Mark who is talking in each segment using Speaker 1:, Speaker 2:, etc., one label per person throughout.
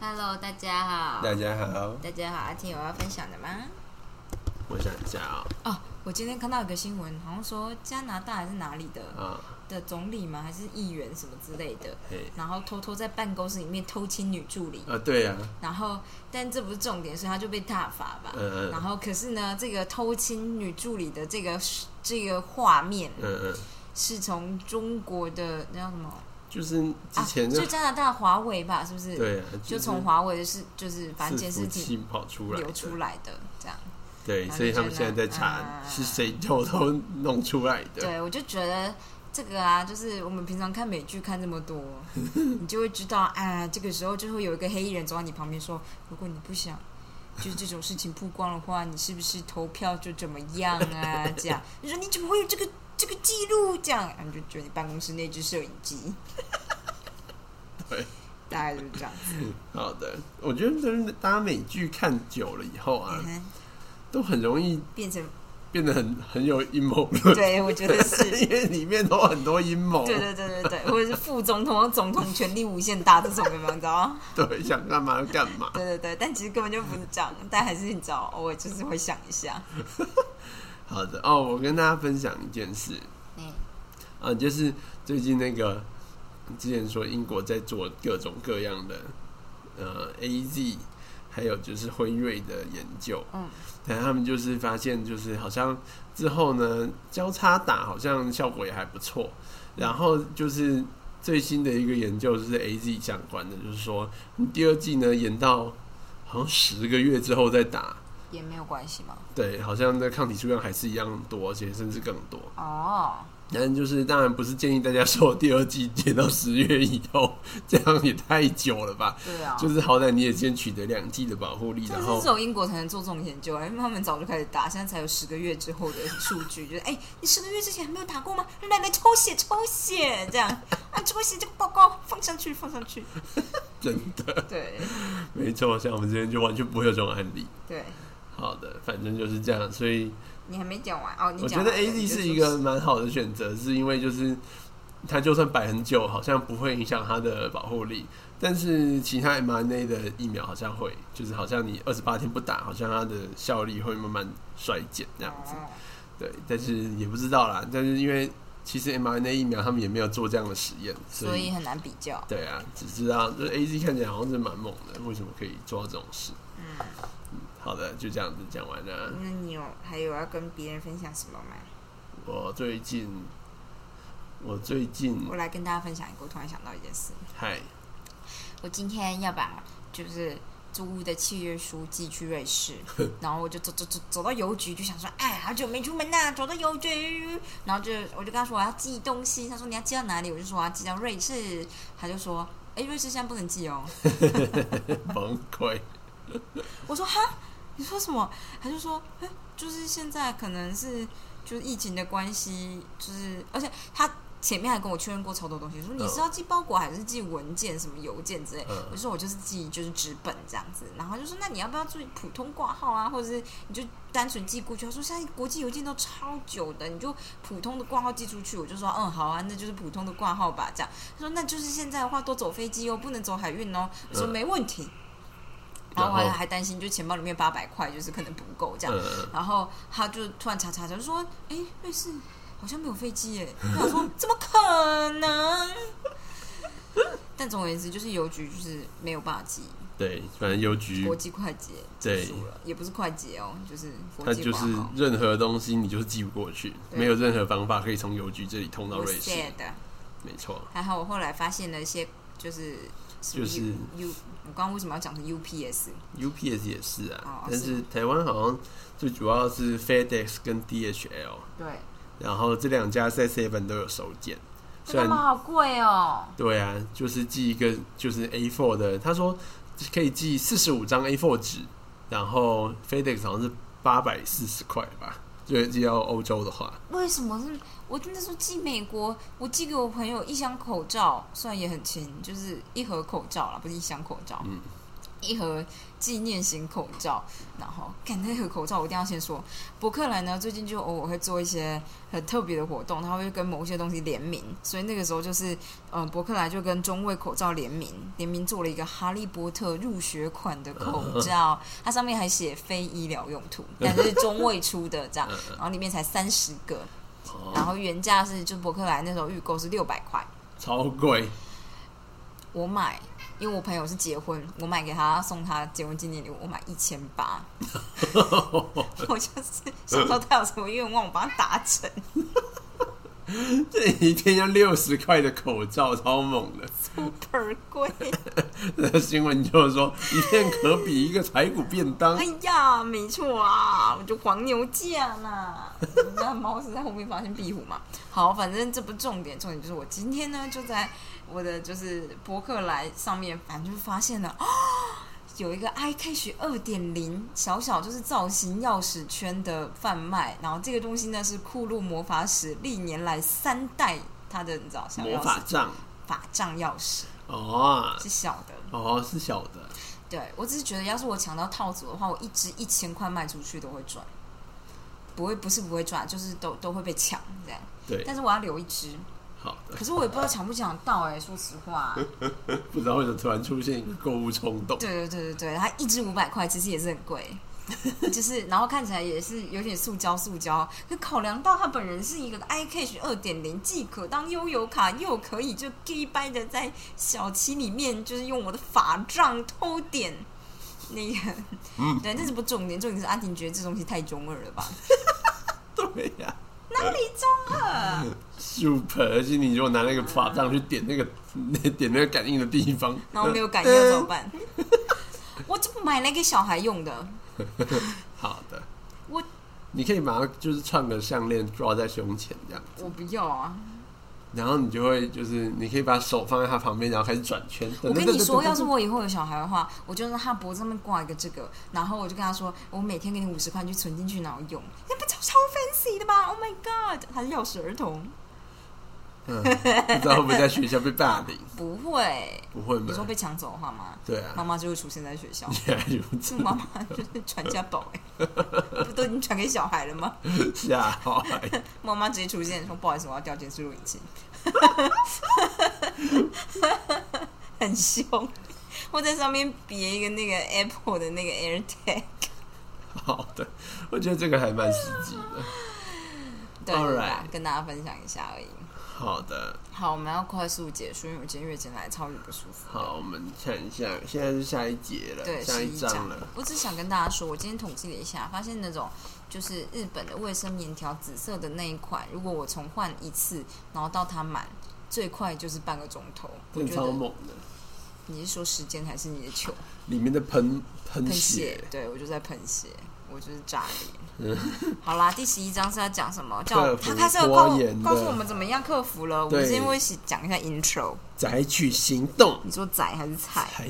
Speaker 1: Hello，大家好。
Speaker 2: 大家好，
Speaker 1: 大家好，阿听有要分享的吗？
Speaker 2: 我想一下啊、
Speaker 1: 哦，我今天看到一个新闻，好像说加拿大还是哪里的
Speaker 2: 啊，
Speaker 1: 的总理吗？还是议员什么之类的，
Speaker 2: 嘿，
Speaker 1: 然后偷偷在办公室里面偷亲女助理，
Speaker 2: 啊，对呀、
Speaker 1: 然后但这不是重点，所以他就被大罚吧。
Speaker 2: 嗯
Speaker 1: 然
Speaker 2: 嗯
Speaker 1: 后可是呢，这个偷亲女助理的这个这个画面
Speaker 2: 嗯嗯，
Speaker 1: 是从中国的那叫什么？
Speaker 2: 就是之前
Speaker 1: 啊、
Speaker 2: 那、
Speaker 1: 就加拿大华为吧，是不是？，
Speaker 2: 对呀、啊
Speaker 1: 就是从华为的是就是反正监
Speaker 2: 伺服
Speaker 1: 视器
Speaker 2: 器跑出来
Speaker 1: 流
Speaker 2: 的，
Speaker 1: 出来的这样。
Speaker 2: 对，
Speaker 1: 然后
Speaker 2: 所以
Speaker 1: 就
Speaker 2: 他们
Speaker 1: 觉
Speaker 2: 现在在
Speaker 1: 得
Speaker 2: 查
Speaker 1: 啊
Speaker 2: 是谁偷偷弄出来的。
Speaker 1: 对，我就觉得这个啊，就是我们平常看美剧看这么多，你就会知道啊，这个时候就会有一个黑衣人走到你旁边说：“如果你不想。”就是这种事情曝光的话，你是不是投票就怎么样啊？这样，你说你怎么会有这个这个记录？这样，然后你就觉得你办公室那只摄影机，
Speaker 2: 对，
Speaker 1: 大概就是这样子。
Speaker 2: 好的，我觉得就是大家美剧看久了以后啊
Speaker 1: 你，看，
Speaker 2: 都很容易
Speaker 1: 变成
Speaker 2: 变得很很有阴谋论，
Speaker 1: 对，我觉得是
Speaker 2: 因为里面都很多阴谋。
Speaker 1: 对对对对对，或者是副总统、总统权力无限大这种，有没有？你知道吗？
Speaker 2: 对，想干嘛就干嘛。
Speaker 1: 对对对，但其实根本就不是这样，但还是你知道，偶尔就是会想一下。
Speaker 2: 好的哦，我跟大家分享一件事，
Speaker 1: 嗯，
Speaker 2: 啊，就是最近那个之前说英国在做各种各样的呃 A Z，还有就是辉瑞的研究，
Speaker 1: 嗯，
Speaker 2: 但他们就是发现，就是好像之后呢交叉打好像效果也还不错，然后就是。最新的一个研究就是 A Z 相关的，就是说第二季呢延到好像十个月之后再打，
Speaker 1: 也没有关系嘛。
Speaker 2: 对，好像那抗体数量还是一样多，而且甚至更多。
Speaker 1: 哦，
Speaker 2: 但就是当然不是建议大家说第二季延到十月以后，这样也太久了吧？
Speaker 1: 对啊，
Speaker 2: 就是好歹你也先取得两季的保护力，
Speaker 1: 这
Speaker 2: 然
Speaker 1: 是
Speaker 2: 后
Speaker 1: 只有英国才能做这种研究啊，因为他们早就开始打，现在才有十个月之后的数据，就是哎、你十个月之前还没有打过吗？来来抽血抽血，这 样啊，抽血这个报告放上去放上去。
Speaker 2: 真的
Speaker 1: 对
Speaker 2: 没错，像我们这边就完全不会有这种案例。
Speaker 1: 对，
Speaker 2: 好的，反正就是这样，所以
Speaker 1: 你还没讲完哦，你
Speaker 2: 我
Speaker 1: 讲完
Speaker 2: 觉得
Speaker 1: 了
Speaker 2: A Z
Speaker 1: 你就是说
Speaker 2: 一个蛮好的选择，是因为就是它就算摆很久，好像不会影响它的保护力，但是其他 mRNA 的疫苗好像会，就是好像你二十八天不打，好像它的效力会慢慢衰减这样子。
Speaker 1: 哦
Speaker 2: 对，但是也不知道啦。但是因为其实 mRNA 疫苗他们也没有做这样的实验，所
Speaker 1: 所以很难比较。
Speaker 2: 对啊，只知道就是 A Z 看起来好像是蛮猛的，为什么可以做到这种事？
Speaker 1: 嗯，
Speaker 2: 好的，就这样子讲完了。
Speaker 1: 那你有还有要跟别人分享什么吗？
Speaker 2: 我最近，我最近，
Speaker 1: 我来跟大家分享一个，我突然想到一件事。
Speaker 2: 嗨，
Speaker 1: 我今天要把就是租屋的契约书寄去瑞士，然后我就走走走走到邮局，就想说，哎，好久没出门啦、走到邮局，然后就我就跟他说我要寄东西，他说你要寄到哪里？我就说我要寄到瑞士，他就说，哎，瑞士现在不能寄哦。
Speaker 2: 崩溃，
Speaker 1: 我说哈，你说什么？他就说，哎，就是现在可能是就是疫情的关系，就是而且他前面还跟我确认过超多东西，说你是要寄包裹还是寄文件什么邮件之类。我
Speaker 2: 嗯，
Speaker 1: 就说我就是寄就是纸本这样子，然后他就说那你要不要做普通挂号啊，或者是你就单纯寄过去？他说现在国际邮件都超久的，你就普通的挂号寄出去。我就说嗯好啊，那就是普通的挂号吧。这样他说那就是现在的话多走飞机哦，不能走海运哦。我说
Speaker 2: 嗯
Speaker 1: 没问题。然
Speaker 2: 然
Speaker 1: 后
Speaker 2: 后
Speaker 1: 我还还担心，就钱包里面八百块就是可能不够 这样。
Speaker 2: 嗯，
Speaker 1: 然后他就突然查查查，就说：“哎，瑞士好像没有飞机耶。”我想说：“怎么可能？” 但总而言之，就是邮局就是没有办法寄
Speaker 2: 对，反正邮局
Speaker 1: 国际快捷结
Speaker 2: 对
Speaker 1: 束了，也不是快捷哦，就是国
Speaker 2: 它
Speaker 1: 际
Speaker 2: 就
Speaker 1: 挂
Speaker 2: 是
Speaker 1: 号。
Speaker 2: 任何东西你就是寄不过去，
Speaker 1: 对
Speaker 2: 没有任何方法可以从邮局这里通到
Speaker 1: 我
Speaker 2: 瑞士，
Speaker 1: sad，
Speaker 2: 没错，
Speaker 1: 还好我后来发现了一些就是什么
Speaker 2: 就是
Speaker 1: U，我刚刚为什么要讲成 UPS？
Speaker 2: UPS 也是啊，
Speaker 1: 哦
Speaker 2: 但
Speaker 1: 是
Speaker 2: 是台湾好像最主要是 FedEx 跟 DHL，
Speaker 1: 对，
Speaker 2: 然后这两家在 Seven 都有收件。虽然
Speaker 1: 好贵哦。
Speaker 2: 对啊，就是寄一个就是 A4 的，他说可以寄四十五张 A4 纸，然后 FedEx 好像是八百四十块吧，就寄到欧洲的话，
Speaker 1: 为什么是？我真的说寄美国，我寄给我朋友一箱口罩，虽然也很轻，就是一盒口罩啦，不是一箱口罩，
Speaker 2: 嗯
Speaker 1: 一盒纪念型口罩，然后看那盒口罩，我一定要先说，博客来呢最近就偶尔会做一些很特别的活动，它会跟某些东西联名，所以那个时候就是，嗯、博客来就跟中卫口罩联名，联名做了一个哈利波特入学款的口罩， 它上面还写非医疗用途， 但是中卫出的这样，然后里面才三十个，然
Speaker 2: 哦，
Speaker 1: 后原价是就博客来那时候预购是六百块，
Speaker 2: 超贵，
Speaker 1: 我买，因为我朋友是结婚，我买给他送他结婚纪念礼物，我买一千八， 我就是想说他有什么愿望，我帮他达成，
Speaker 2: 这一天要六十块的口罩，超猛的。
Speaker 1: super 贵。
Speaker 2: 那新闻就是说，一片可比一个排骨便 当
Speaker 1: 哎。呀，没错啊，我就黄牛价啦。 那猫是在后面发现壁虎嘛？好，反正这不重点，重点就是我今天呢就在我的就是博客来上面，反正就发现了啊。 有一个 iCash 二点零小小就是造型钥匙圈的贩卖，然后这个东西呢是库路魔法使历年来三代它的你知道小钥匙
Speaker 2: 魔法杖
Speaker 1: 法杖钥匙
Speaker 2: 哦
Speaker 1: 是小的，
Speaker 2: 哦，是小的，
Speaker 1: 对我只是觉得，要是我抢到套组的话，我一支一千块卖出去都会赚，不会不是不会赚，就是都都会被抢这样。
Speaker 2: 对，
Speaker 1: 但是我要留一支，
Speaker 2: 好的。
Speaker 1: 可是我也不知道抢不抢得到哎、说实话。
Speaker 2: 不知道为什么突然出现一个购物冲动，
Speaker 1: 对对对对对，它一支五百块，其实也是很贵。 就是，然后看起来也是有点塑胶塑胶，可考量到他本人是一个 iCash 二点零，既可当悠游卡，又可以就 gay 掰的在小七里面，就是用我的法杖偷点那个，
Speaker 2: 嗯
Speaker 1: 对，这是不重点，重点是阿婷觉得这东西太中二了吧？
Speaker 2: 对呀、
Speaker 1: 哪里中二？
Speaker 2: super！而且你如果拿那个法杖去点那个点那个感应的地方，呃
Speaker 1: 然后没有感应
Speaker 2: 嗯
Speaker 1: 要怎么办？ 我这不买来给小孩用的，
Speaker 2: 呃好的，
Speaker 1: 我
Speaker 2: 你可以把它就是串个项链抓在胸前这样，
Speaker 1: 我不要啊！
Speaker 2: 然后你就会就是你可以把手放在它旁边，然后开始转圈。
Speaker 1: 我跟你说，要是我以后有小孩的话，我就让他脖子上面挂一个这个，然后我就跟他说，我每天给你五十块，你去存进去，然后用，那不超超 fancy 的吧？Oh my god，他是钥匙儿童，
Speaker 2: 嗯， 不知道会不会在学校被霸凌？
Speaker 1: 不会，
Speaker 2: 不会
Speaker 1: 你说
Speaker 2: 吗？
Speaker 1: 被抢走的话吗？
Speaker 2: 对
Speaker 1: 妈
Speaker 2: 啊，
Speaker 1: 妈就会出现在学校，
Speaker 2: 原来如此
Speaker 1: 这，妈妈就是传家宝哎、 不都已经传给小孩了吗？
Speaker 2: 吓坏！
Speaker 1: 妈妈直接出现说，不好意思，我要调监视录影器， 很凶，我在上面别一个那个 Apple 的那个 AirTag。
Speaker 2: 好的，我觉得这个还蛮实际的。
Speaker 1: 对
Speaker 2: All
Speaker 1: 对吧
Speaker 2: right
Speaker 1: 跟大家分享一下而已。
Speaker 2: 好的，
Speaker 1: 好，我们要快速结束，因为我今天月经来超级不舒服。
Speaker 2: 好，我们看一下，现在是下一节了，
Speaker 1: 对，
Speaker 2: 下
Speaker 1: 十
Speaker 2: 一
Speaker 1: 一章
Speaker 2: 章了。。
Speaker 1: 我只想跟大家说，我今天统计了一下，发现那种就是日本的卫生棉条紫色的那一款，如果我重换一次，然后到它满，最快就是半个钟头。我
Speaker 2: 真的
Speaker 1: 觉
Speaker 2: 超
Speaker 1: 得
Speaker 2: 猛的，
Speaker 1: 你是说时间还是你的球
Speaker 2: 里面的喷喷
Speaker 1: 喷
Speaker 2: 血
Speaker 1: 血？对我就在喷血，我就是炸裂。好啦，第十一章是要讲什么？叫
Speaker 2: 克服
Speaker 1: 他开始有
Speaker 2: 拖
Speaker 1: 告
Speaker 2: 延的
Speaker 1: 告诉我们怎么样克服了。我们
Speaker 2: 对
Speaker 1: 先会讲一下 intro。
Speaker 2: 采取行动，
Speaker 1: 你说宰还是菜
Speaker 2: 采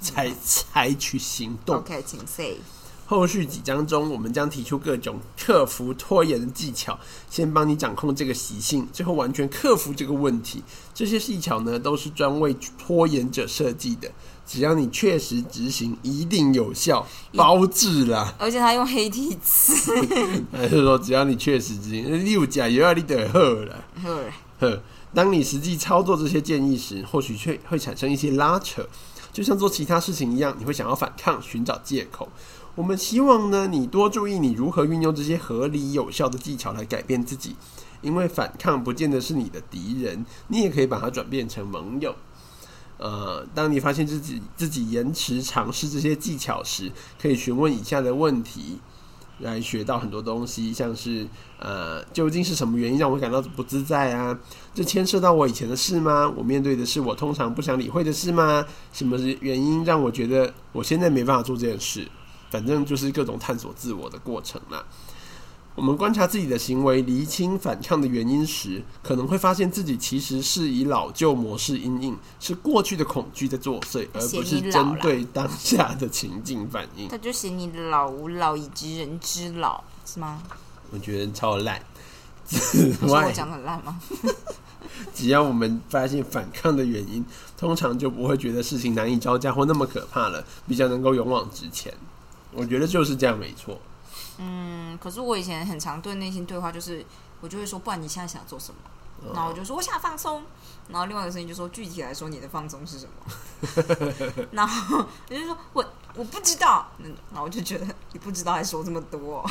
Speaker 2: 采采采取行动。
Speaker 1: ？OK，请 say。
Speaker 2: 后续几章中，我们将提出各种克服拖延的技巧，先帮你掌控这个习性，最后完全克服这个问题。这些技巧呢，都是专为拖延者设计的，只要你确实执行，一定有效，包治啦。
Speaker 1: 而且他用黑体字，
Speaker 2: 还是说，只要你确实执行，六甲也要你得喝了。呵，当你实际操作这些建议时，或许却会产生一些拉扯，就像做其他事情一样，你会想要反抗，寻找借口。我们希望呢，你多注意你如何运用这些合理有效的技巧来改变自己，因为反抗不见得是你的敌人，你也可以把它转变成盟友。呃，当你发现自己自己延迟尝试这些技巧时，可以询问以下的问题，来学到很多东西，像是呃，究竟是什么原因让我感到不自在啊？这牵涉到我以前的事吗？我面对的是我通常不想理会的事吗？什么是原因让我觉得我现在没办法做这件事？反正就是各种探索自我的过程啦。我们观察自己的行为，厘清反抗的原因时，可能会发现自己其实是以老旧模式因应，是过去的恐惧在作祟，而不是
Speaker 1: 嫌你老
Speaker 2: 针
Speaker 1: 啦
Speaker 2: 对当下的情境反应。
Speaker 1: 他就嫌你老无老以及人之老，是吗？
Speaker 2: 我觉得超烂。此
Speaker 1: 是
Speaker 2: 外
Speaker 1: 我，讲的很烂吗？
Speaker 2: 只要我们发现反抗的原因，通常就不会觉得事情难以招架或那么可怕了，比较能够勇往直前。我觉得就是这样，没错。
Speaker 1: 嗯，可是我以前很常对内心对话，就是我就会说，不然你现在想做什么？然后我就说我想放松，然后另外一个声音就说具体来说你的放松是什么？ 然后我就说我我不知道，嗯，然后我就觉得你不知道还说这么多，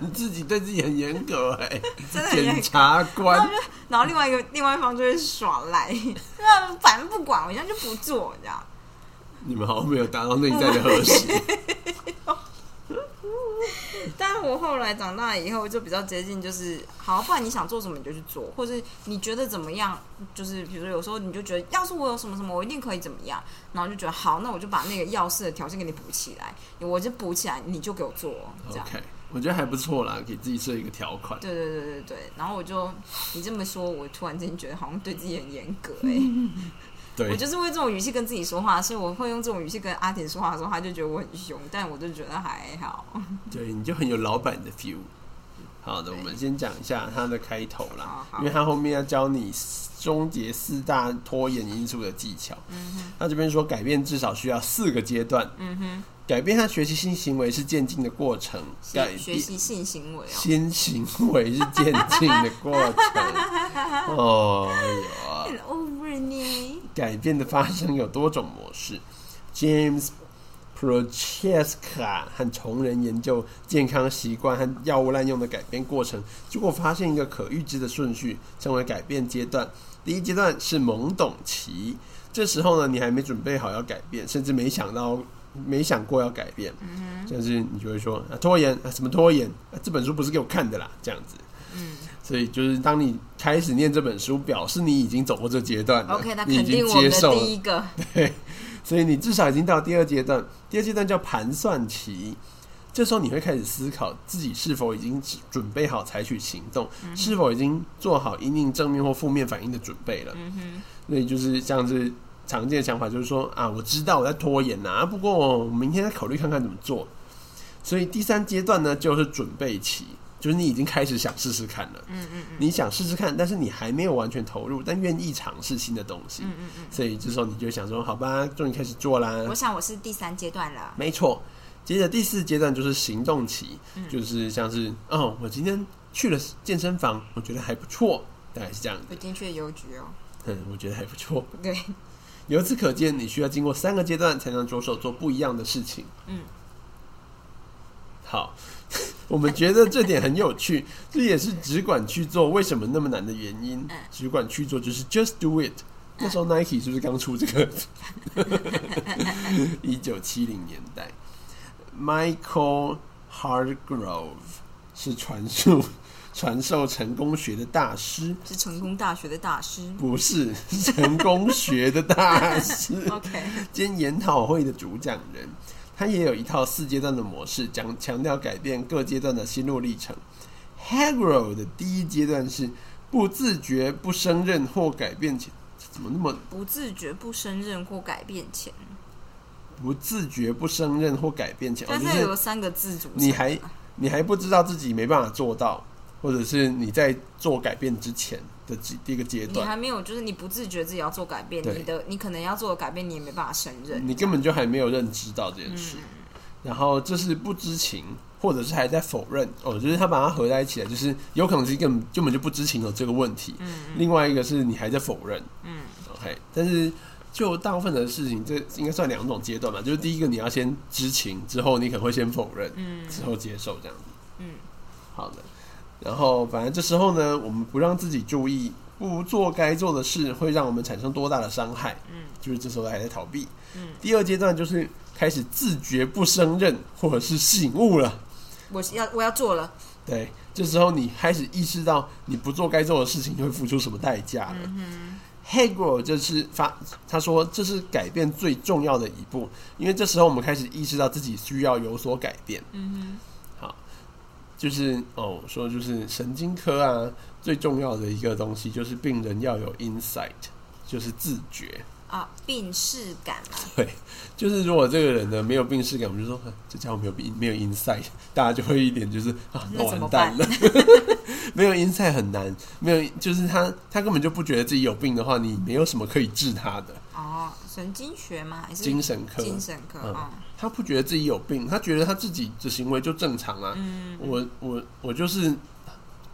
Speaker 2: 你自己对自己很严格哎、
Speaker 1: 真的很
Speaker 2: 检
Speaker 1: 严
Speaker 2: 察 官，
Speaker 1: 然后另外一个另外一方就会耍赖，那反正不管，我现在就不做这样。
Speaker 2: 你们好像没有达到内在的和谐。
Speaker 1: 但我后来长大以后就比较接近，就是好，不然你想做什么你就去做，或是你觉得怎么样，就是比如说有时候你就觉得，要是我有什么什么，我一定可以怎么样，然后就觉得好，那我就把那个要事的条件给你补起来，我就补起来，你就给我做，这样。
Speaker 2: OK，我觉得还不错啦，给自己设一个条款。
Speaker 1: 对对对对对，然后我就你这么说，我突然之间觉得好像对自己很严格哎、
Speaker 2: 对，
Speaker 1: 我就是会这种语气跟自己说话，所以我会用这种语气跟阿田说话的时候，他就觉得我很凶，但我就觉得还好。
Speaker 2: 对，你就很有老板的 feel。好的，我们先讲一下它的开头啦
Speaker 1: 好，好
Speaker 2: 因为它后面要教你终结四大拖延因素的技巧。嗯他这边说改变至少需要四个阶段。
Speaker 1: 嗯哼，
Speaker 2: 改变他学习新行为是渐进的过程，改
Speaker 1: 学学
Speaker 2: 变
Speaker 1: 习性行为哦、
Speaker 2: 新行为是渐进的过程。 哦，哎呦啊
Speaker 1: over 呢？
Speaker 2: 改变的发生有多种模式。James Prochaska 和同人研究健康习惯和药物滥用的改变过程，结果发现一个可预知的顺序，称为改变阶段。第一阶段是懵懂期，这时候呢，你还没准备好要改变，甚至没想到。没想过要改变，
Speaker 1: 嗯
Speaker 2: 但是你就会说啊拖延啊什么拖延啊这本书不是给我看的啦这样子，
Speaker 1: 嗯
Speaker 2: 所以就是当你开始念这本书，表示你已经走过这阶段了
Speaker 1: ，OK，那
Speaker 2: 嗯你已
Speaker 1: 肯
Speaker 2: 经
Speaker 1: 定我
Speaker 2: 接
Speaker 1: 们的
Speaker 2: 受了
Speaker 1: 第一个，
Speaker 2: 所以你至少已经到第二阶段，第二阶段叫盘算期。这时候你会开始思考自己是否已经准备好采取行动，
Speaker 1: 嗯
Speaker 2: 是否已经做好因应正面或负面反应的准备了。
Speaker 1: 嗯哼，
Speaker 2: 所以就是像是常见的想法，就是说啊，我知道我在拖延呐、啊，不过我明天再考虑看看怎么做。所以第三阶段呢，就是准备期，就是你已经开始想试试看了。
Speaker 1: 嗯嗯嗯
Speaker 2: 你想试试看，但是你还没有完全投入，但愿意尝试新的东西。
Speaker 1: 嗯嗯嗯
Speaker 2: 所以这时候你就想说，好吧，终于开始做啦。
Speaker 1: 嗯，我想我是第三阶段了，
Speaker 2: 没错。接着第四阶段就是行动期，就是像是哦，我今天去了健身房，我觉得还不错，大概是这样
Speaker 1: 我
Speaker 2: 子。
Speaker 1: 进去邮局哦，
Speaker 2: 嗯，我觉得还不错。
Speaker 1: 对，
Speaker 2: 由此可见，你需要经过三个阶段才能着手做不一样的事情。
Speaker 1: 嗯，
Speaker 2: 好， 我们觉得这点很有趣，这也是只管去做为什么那么难的原因。
Speaker 1: 嗯
Speaker 2: 只管去做就是 just do it。那时候 Nike 是不是刚出这个？ 一九七零年代，Michael Hargrove 是传授 传授成功学的大师，
Speaker 1: 是成功大学的大师
Speaker 2: 不是 是成功学的大师。
Speaker 1: ，OK，
Speaker 2: 兼研讨会的主讲人。他也有一套四阶段的模式，讲强调改变各阶段的心路历程。Hagro 的第一阶段是不自觉、不胜任或改变前，这怎么那么
Speaker 1: 不自觉不胜任或改变前，
Speaker 2: 哦不自觉、不胜任或改变前？哦，
Speaker 1: 但
Speaker 2: 就是是
Speaker 1: 有三个字组成，
Speaker 2: 你还你还不知道自己没办法做到，或者是你在做改变之前的几第一个阶
Speaker 1: 你
Speaker 2: 段，
Speaker 1: 还没有，就是你不自觉自己要做改变，
Speaker 2: 对
Speaker 1: 你的你可能要做的改变，你也没办法胜任，
Speaker 2: 你根本就还没有认知到这
Speaker 1: 嗯
Speaker 2: 件事，然后这是不知情，或者是还在否认哦，就是他把它合在一起了，就是有可能是根本根本就不知情有这个问题，另外一个是你还在否认，
Speaker 1: 嗯
Speaker 2: ，OK，但是就大部分的事情，这应该算两种阶段吧，就是第一个你要先知情，之后你可能会先否认，
Speaker 1: 嗯
Speaker 2: 之后接受这样子。
Speaker 1: 嗯，
Speaker 2: 好的。然后，反正这时候呢，我们不让自己注意，不做该做的事，会让我们产生多大的伤害？
Speaker 1: 嗯，
Speaker 2: 就是这时候还在逃避。
Speaker 1: 嗯，
Speaker 2: 第二阶段就是开始自觉不胜任，或者是醒悟了。
Speaker 1: 我是要我要做了，
Speaker 2: 对，这时候你开始意识到你不做该做的事情会付出什么代价了。Hegel 这是发他说这是改变最重要的一步，因为这时候我们开始意识到自己需要有所改变。
Speaker 1: 嗯
Speaker 2: 就是哦，说就是神经科啊，最重要的一个东西就是病人要有 insight，就是自觉。
Speaker 1: 哼，啊病视感嘛，
Speaker 2: 就是如果这个人呢没有病视感，我们就说哼这家伙没有病没有 insight，大家就会一点就是啊，
Speaker 1: 那
Speaker 2: 那
Speaker 1: 怎
Speaker 2: 完
Speaker 1: 么
Speaker 2: 蛋了， 没有 insight 很难，没有就是他他根本就不觉得自己有病的话，你没有什么可以治他的
Speaker 1: 哦，神经学吗？还是
Speaker 2: 精神科。
Speaker 1: 精神科
Speaker 2: 嗯
Speaker 1: 哦，
Speaker 2: 他不觉得自己有病，他觉得他自己的行为就正常啊。
Speaker 1: 嗯，
Speaker 2: 我我我就是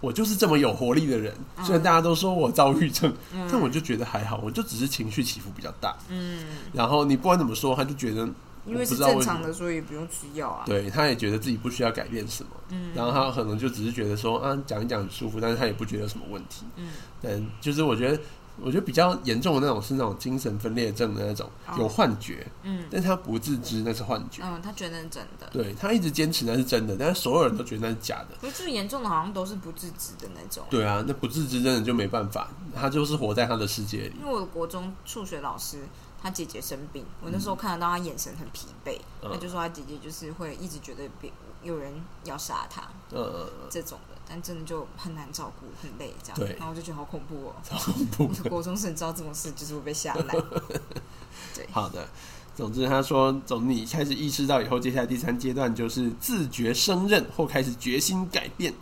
Speaker 2: 我就是这么有活力的人，
Speaker 1: 嗯
Speaker 2: 虽然大家都说我躁郁症，
Speaker 1: 嗯
Speaker 2: 但我就觉得还好，我就只是情绪起伏比较大。
Speaker 1: 嗯，
Speaker 2: 然后你不管怎么说，他就觉得
Speaker 1: 因为
Speaker 2: 我不
Speaker 1: 是
Speaker 2: 知道为
Speaker 1: 正
Speaker 2: 什么
Speaker 1: 常的，所以不用吃药啊。
Speaker 2: 对，他也觉得自己不需要改变什么。
Speaker 1: 嗯
Speaker 2: 然后他可能就只是觉得说啊，讲一讲很舒服，但是他也不觉得有什么问题。
Speaker 1: 嗯，
Speaker 2: 但就是我觉得，我觉得比较严重的那种是那种精神分裂症的那种，
Speaker 1: 哦
Speaker 2: 有幻觉，
Speaker 1: 嗯
Speaker 2: 但他不自知那是幻觉。
Speaker 1: 嗯，他觉得真的，
Speaker 2: 对他一直坚持那是真的，但是所有人都觉得那是假的。
Speaker 1: 可是最严重的好像都是不自知的那种。
Speaker 2: 对啊，那不自知真的就没办法，他就是活在他的世界里
Speaker 1: 因。为我的国中数学老师，他姐姐生病，我那时候看得到他眼神很疲惫，
Speaker 2: 嗯
Speaker 1: 他就说他姐姐就是会一直觉得别有人要杀他
Speaker 2: 呃，
Speaker 1: 这种的，但真的就很难照顾，很累这样。
Speaker 2: 对
Speaker 1: 然后我就觉得好恐怖哦。
Speaker 2: 超恐怖
Speaker 1: 我
Speaker 2: 的。
Speaker 1: 的国中生知道这种事，就是会被吓烂。
Speaker 2: 好的，总之他说，总你开始意识到以后，接下来第三阶段就是自觉胜任或开始决心改变。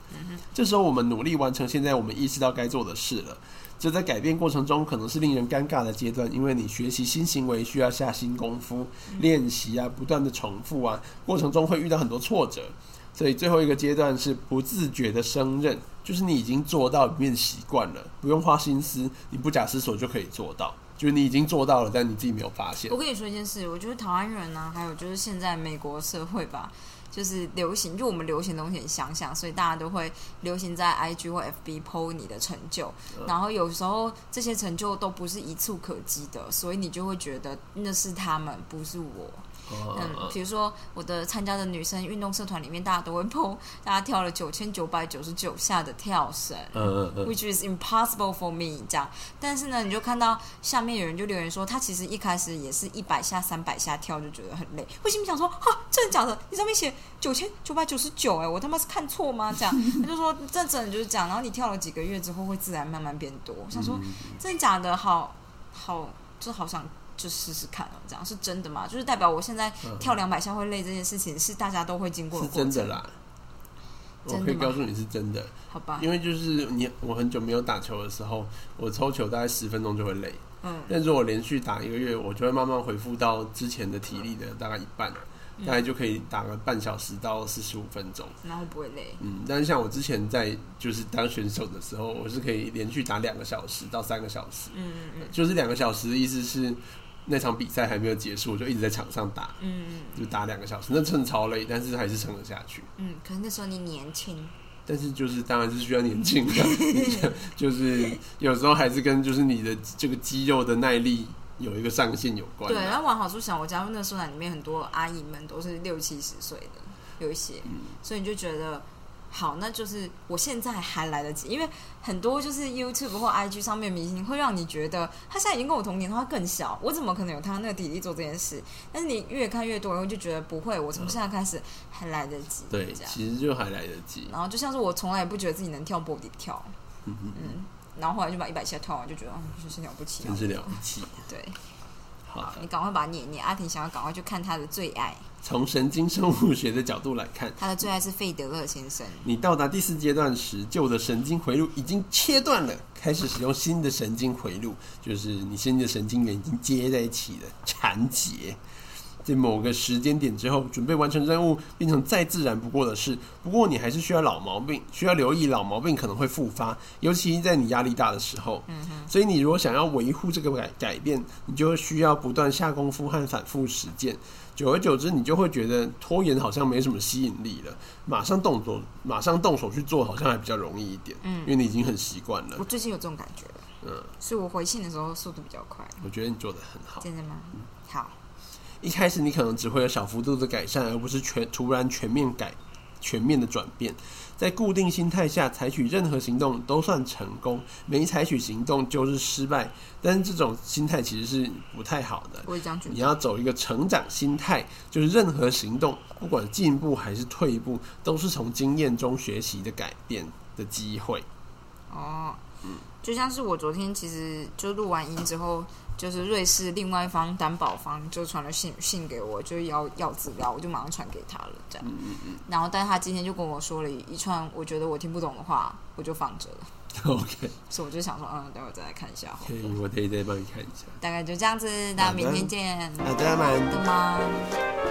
Speaker 2: 这时候我们努力完成现在我们意识到该做的事了。这在改变过程中可能是令人尴尬的阶段，因为你学习新行为需要下新功夫、练习啊，不断的重复啊，过程中会遇到很多挫折。所以最后一个阶段是不自觉的胜任，就是你已经做到，你变习惯了，不用花心思，你不假思索就可以做到，就是你已经做到了，但你自己没有发现
Speaker 1: 我。跟你说一件事，我觉得台湾人呢、还有就是现在美国社会吧，就是流行，就我们流行的东西很相像，所以大家都会流行在 IG 或 FB PO 你的成就，然后有时候这些成就都不是一触可及的，所以你就会觉得那是他们，不是我。嗯，比如说我的参加的女生运动社团里面，大家都会 PO，大家跳了九千九百九十九下的跳绳。
Speaker 2: 嗯嗯
Speaker 1: which is impossible for me 这样。但是呢，你就看到下面有人就留言说，他其实一开始也是一百下、三百下跳就觉得很累。我心里想说，哈，真的假的？你上面写九千九百九十九，哎，我他妈是看错吗？这样，他就说这真的就是这样。然后你跳了几个月之后，会自然慢慢变多。我想说，真的假的？好好，就好想。就试试看哦，这样是真的吗？就是代表我现在
Speaker 2: 嗯
Speaker 1: 跳两百下会累这件事情，是大家都会经过
Speaker 2: 是
Speaker 1: 的过
Speaker 2: 真
Speaker 1: 程，
Speaker 2: 的啦。我
Speaker 1: 真的
Speaker 2: 可以
Speaker 1: 吗
Speaker 2: 告诉你是真的，
Speaker 1: 好吧？
Speaker 2: 因为就是你我很久没有打球的时候，我抽球大概十分钟就会累，
Speaker 1: 嗯
Speaker 2: 但如果连续打一个月，我就会慢慢恢复到之前的体力的大概一半，
Speaker 1: 嗯
Speaker 2: 大概就可以打个半小时到四十五分钟。
Speaker 1: 然后不会累。
Speaker 2: 嗯，但是像我之前在就是当选手的时候，我是可以连续打两个小时到三个小时，
Speaker 1: 嗯嗯嗯
Speaker 2: 就是两个小时的意思是那场比赛还没有结束，我就一直在场上打，
Speaker 1: 嗯嗯。
Speaker 2: 就打两个小时，那真的超累，但是还是撑得下去。
Speaker 1: 嗯，可是那时候你年轻，
Speaker 2: 但是就是当然是需要年轻的， 就是有时候还是跟就是你的这个肌肉的耐力有一个上限有关
Speaker 1: 对。
Speaker 2: 啊。
Speaker 1: 然后往好处想，我加入那个社团里面，很多阿姨们都是六七十岁的，有一些，
Speaker 2: 嗯
Speaker 1: 所以你就觉得。好，那就是我现在还来得及，因为很多就是 YouTube 或 IG 上面的明星会让你觉得他现在已经跟我同年，他更小，我怎么可能有他那个体力做这件事？但是你越看越多，然后就觉得不会，我从现在开始还来得及，
Speaker 2: 对，
Speaker 1: 这样。
Speaker 2: 其实就还来得及。
Speaker 1: 然后就像是我从来也不觉得自己能跳 body 跳，
Speaker 2: 嗯嗯，
Speaker 1: 嗯，然后后来就把一百下跳完，就觉得嗯，真是了不起啊
Speaker 2: 真，是了不起。
Speaker 1: 对。
Speaker 2: 好，
Speaker 1: 你赶快把它念一念。阿婷想要赶快去看他的最爱，
Speaker 2: 从神经生物学的角度来看，
Speaker 1: 他的最爱是费德勒先生。
Speaker 2: 你到达第四阶段时，旧的神经回路已经切断了，开始使用新的神经回路，就是你新的神经元已经接在一起了，缠结。在某个时间点之后，准备完成任务，变成再自然不过的事。不过你还是需要老毛病，需要留意老毛病可能会复发，尤其在你压力大的时候。所以你如果想要维护这个改改变，你就需要不断下功夫和反复实践。久而久之，你就会觉得拖延好像没什么吸引力了，马上动作，马上动手去做，好像还比较容易一点。
Speaker 1: 嗯
Speaker 2: 因为你已经很习惯
Speaker 1: 我
Speaker 2: 了。
Speaker 1: 最近有这种感觉，
Speaker 2: 嗯，
Speaker 1: 所以我回信的时候速度比较快。
Speaker 2: 我觉得你做的很好。
Speaker 1: 真的吗？好，
Speaker 2: 一开始你可能只会有小幅度的改善，而不是全突然全面改、全面的转变。在固定心态下，采取任何行动都算成功，没采取行动就是失败。但是这种心态其实是不太好的。
Speaker 1: 我也这样觉
Speaker 2: 你
Speaker 1: 得。
Speaker 2: 要走一个成长心态，就是任何行动，不管进步还是退步，都是从经验中学习的改变的机会。
Speaker 1: 哦，就像是我昨天其实就录完音之后，就是瑞士另外一方担保方就传了信信给我，就要要资料，我就马上传给他了，这样。
Speaker 2: 嗯嗯嗯
Speaker 1: 然后，但他今天就跟我说了一一串我觉得我听不懂的话，我就放着了，
Speaker 2: ，OK，
Speaker 1: 所以我就想说，嗯，待会再来看一下好
Speaker 2: 可以
Speaker 1: 了，，
Speaker 2: 我可以再帮你看一下。
Speaker 1: 大概就这样子，那
Speaker 2: 好的
Speaker 1: 明天见，
Speaker 2: 好的，晚安。
Speaker 1: 拜拜。